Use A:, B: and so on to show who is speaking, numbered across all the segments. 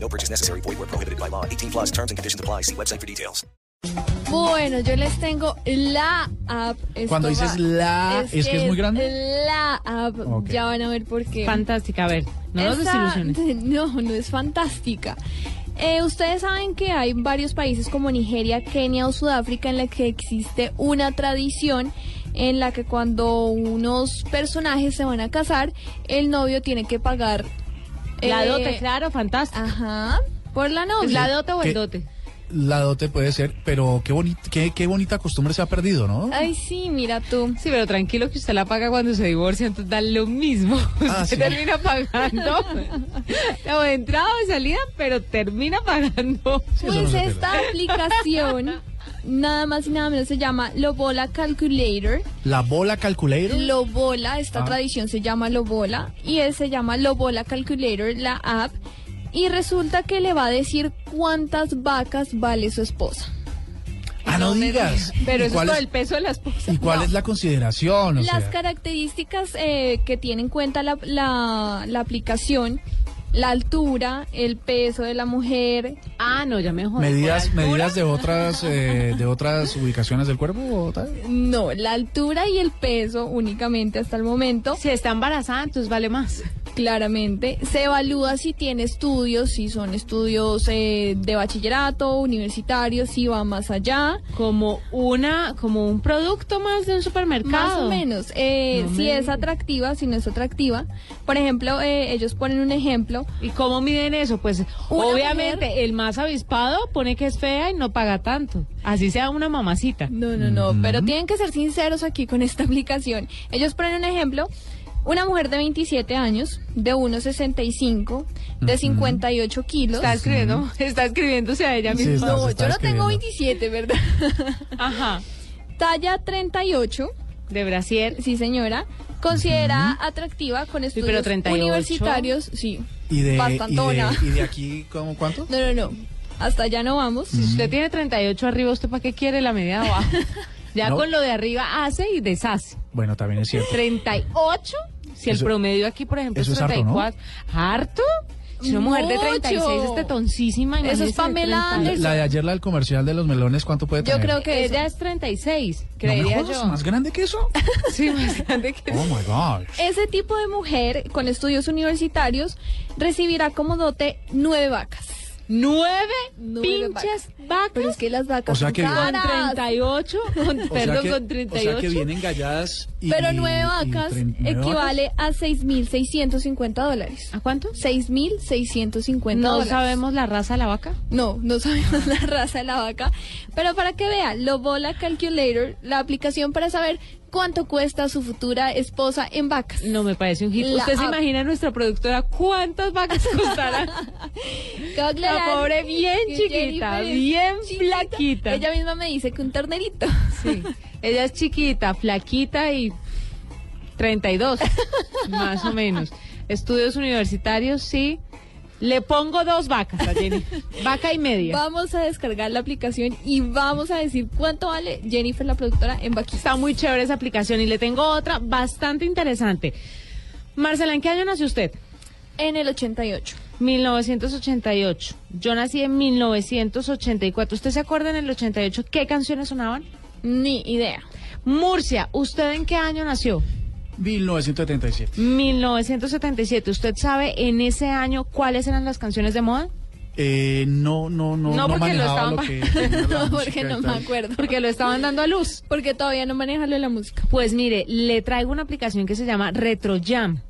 A: No purchase necessary. Void where prohibited by law. 18 plus terms and conditions apply. See website for details.
B: Bueno, yo les tengo la app. Esto
C: Cuando dices
B: va-
C: la, es, que es muy grande.
B: La app.
C: Ok.
B: Ya van a ver por qué.
D: Fantástica, a ver, no nos
B: Esta-
D: desilusiones.
B: No, no es fantástica. Eh, ustedes saben que hay varios países como Nigeria, Kenia o Sudáfrica en la que existe una tradición en la que cuando unos personajes se van a casar, el novio tiene que pagar
D: La
B: eh,
D: dote, claro, fantástica.
B: Ajá, por la novia.
D: ah, ¿La dote o
C: ¿Qué?
D: el dote?
C: La dote puede ser, pero qué, bonita, qué, qué bonita costumbre se ha perdido, ¿no?
B: Ay, sí, mira tú.
D: Sí, pero tranquilo que usted la paga cuando se divorcia, entonces da lo mismo.
C: Ah, sí.
D: usted termina pagando. o de entrada o de salida, pero termina pagando.
C: Sí, eso no
B: Pues
C: se pierde.
B: esta aplicación, nada más y nada menos, se llama Lobola Calculator.
C: La bola calculator.
B: Lobola, esta
C: Ah.
B: tradición se llama Lobola y es- se llama Lobola Calculator, la app. Y resulta que le va a decir cuántas vacas vale su esposa.
C: Ah, no, digas.
D: Pero
C: ¿Y
D: eso es
C: cuál
D: por
C: es,
D: el peso de la esposa.
C: ¿Y cuál es la consideración? O
B: Las
C: sea,
B: características eh, que tiene en cuenta la, la- la aplicación, la altura, el peso de la mujer,
D: Ah, no, ya me jodí.
C: medidas,
D: Por altura.
C: medidas de otras, eh, de otras ubicaciones del cuerpo o tal.
B: no, la altura y el peso únicamente hasta el momento.
D: Si está embarazada, entonces vale más.
B: Claramente, se evalúa si tiene estudios, si son estudios eh, de bachillerato, universitarios, si va más allá.
D: Como una, como un producto más de un supermercado.
B: Más o menos, eh,
D: No
B: si
D: me
B: es
D: digas.
B: atractiva, si no es atractiva. Por ejemplo, eh, ellos ponen un ejemplo.
D: ¿Y cómo miden eso? Pues
B: Una
D: obviamente
B: mujer-
D: el más avispado pone que es fea y no paga tanto. Así sea una mamacita.
B: No, no, no, pero tienen que ser sinceros aquí con esta aplicación. Ellos ponen un ejemplo. Una mujer de 27 años, de 1,65, de 58 kilos.
D: Está escribiendo, está escribiéndose a ella
C: Sí,
D: misma.
C: está-
B: No,
C: se está
B: yo no tengo
C: escribiendo.
B: 27, ¿verdad?
D: Ajá.
B: Talla 38.
D: De brasier.
B: Sí, señora. Considera atractiva con estudios
D: pero 38.
B: universitarios. Sí.
C: Y de, y
B: Bastantona.
C: de, y de aquí, ¿cómo, ¿cuánto?
B: No, no, no. Hasta allá no vamos.
D: Si usted tiene 38 arriba, ¿usted para qué quiere la media de abajo? Ya
C: No.
D: con lo de arriba hace y deshace.
C: Bueno, también es cierto.
D: 38, si el
C: Eso-
D: promedio aquí, por ejemplo,
C: eso
D: es
C: es harto, ¿no?
D: 34. ¿Harto? Si una mujer de
B: Mucho.
D: 36 es tetoncísima.
B: Eso es
D: imagínese de
B: Pamela
D: 30.
C: La,
B: Anderson.
C: la de ayer, la del comercial de los melones, ¿cuánto puede
B: Yo
C: tener?
B: creo que
D: Ella es 36,
C: ¿No me
D: creería
C: jodas?
D: yo.
C: ¿Más grande que eso?
D: Sí, más grande que
C: Oh my gosh.
B: ese tipo de mujer con estudios universitarios recibirá como dote nueve vacas.
D: Nueve
B: Nueve
D: pinches vacas.
B: Pero es que las vacas
C: O sea
B: son
C: que-
D: con
B: caras.
D: 38, con,
C: O sea
D: perdón,
C: que-
D: con 38.
C: O sea que vienen galladas y.
B: Pero nueve
C: y
B: vacas
C: trein- nueve vacas. Ah.
B: equivale a 6.650 dólares.
D: ¿A cuánto?
B: 6.650
D: No
B: dólares.
D: sabemos la raza de la vaca.
B: No, no sabemos la raza de la vaca. Pero para que vean, Lobola Calculator, la aplicación para saber cuánto cuesta su futura esposa en vacas.
D: No me parece un hit.
B: La
D: ¿Usted se
B: app.
D: imagina nuestra productora cuántas vacas costarán?
B: Cabe aclarar
D: La pobre bien
B: que
D: chiquita,
B: Jennifer es
D: bien flaquita.
B: Ella misma me dice que un ternerito.
D: Sí. Ella es chiquita, flaquita y 32, más o menos. Estudios universitarios, sí. Le pongo dos vacas a Jenny. Vaca y media.
B: Vamos a descargar la aplicación y vamos a decir cuánto vale Jennifer, la productora, en vaquitas.
D: Está muy chévere esa aplicación y le tengo otra bastante interesante. Marcela, ¿en qué año nació usted?
B: En el 88.
D: 1988. Yo nací en 1984. ¿Usted se acuerda en el 88 qué canciones sonaban?
B: Ni idea.
D: Murcia, ¿usted en qué año nació?
C: 1977.
D: 1977. ¿Usted sabe en ese año cuáles eran las canciones de moda?
C: Eh, no, no, no.
D: No, porque lo
C: manejaba
D: estaban
C: lo
D: pa-
C: que.
B: No, porque no me acuerdo.
D: Porque lo estaban dando a luz.
B: Porque todavía no maneja lo de la música.
D: Pues mire, le traigo una aplicación que se llama RetroJam.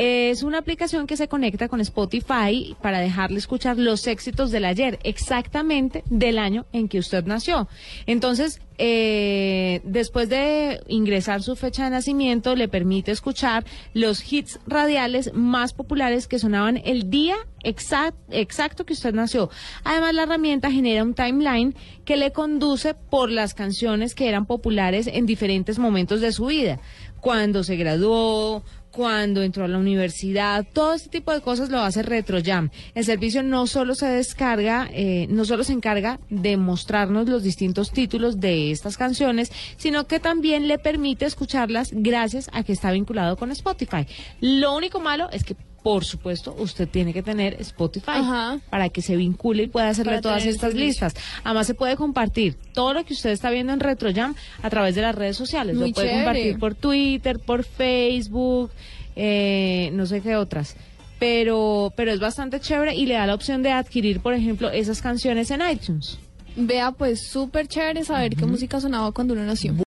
D: Es una aplicación que se conecta con Spotify para dejarle escuchar los éxitos del ayer, exactamente del año en que usted nació. Entonces, eh, después de ingresar su fecha de nacimiento, le permite escuchar los hits radiales más populares que sonaban el día exact- exacto que usted nació. Además, la herramienta genera un timeline que le conduce por las canciones que eran populares en diferentes momentos de su vida. Cuando se graduó, cuando entró a la universidad, todo este tipo de cosas lo hace RetroJam. El servicio no solo se descarga, eh, no solo se encarga de mostrarnos los distintos títulos de estas canciones, sino que también le permite escucharlas gracias a que está vinculado con Spotify. Lo único malo es que por supuesto, usted tiene que tener Spotify
B: Ajá.
D: para que se vincule y pueda hacerle
B: Para
D: todas
B: tener el
D: estas
B: servicio.
D: listas. Además, se puede compartir todo lo que usted está viendo en RetroJam a través de las redes sociales.
B: Muy
D: lo puede
B: chévere.
D: compartir por Twitter, por Facebook, eh, no sé qué otras. Pero, pero es bastante chévere y le da la opción de adquirir, por ejemplo, esas canciones en iTunes.
B: Vea, pues súper chévere saber qué música sonaba cuando uno nació.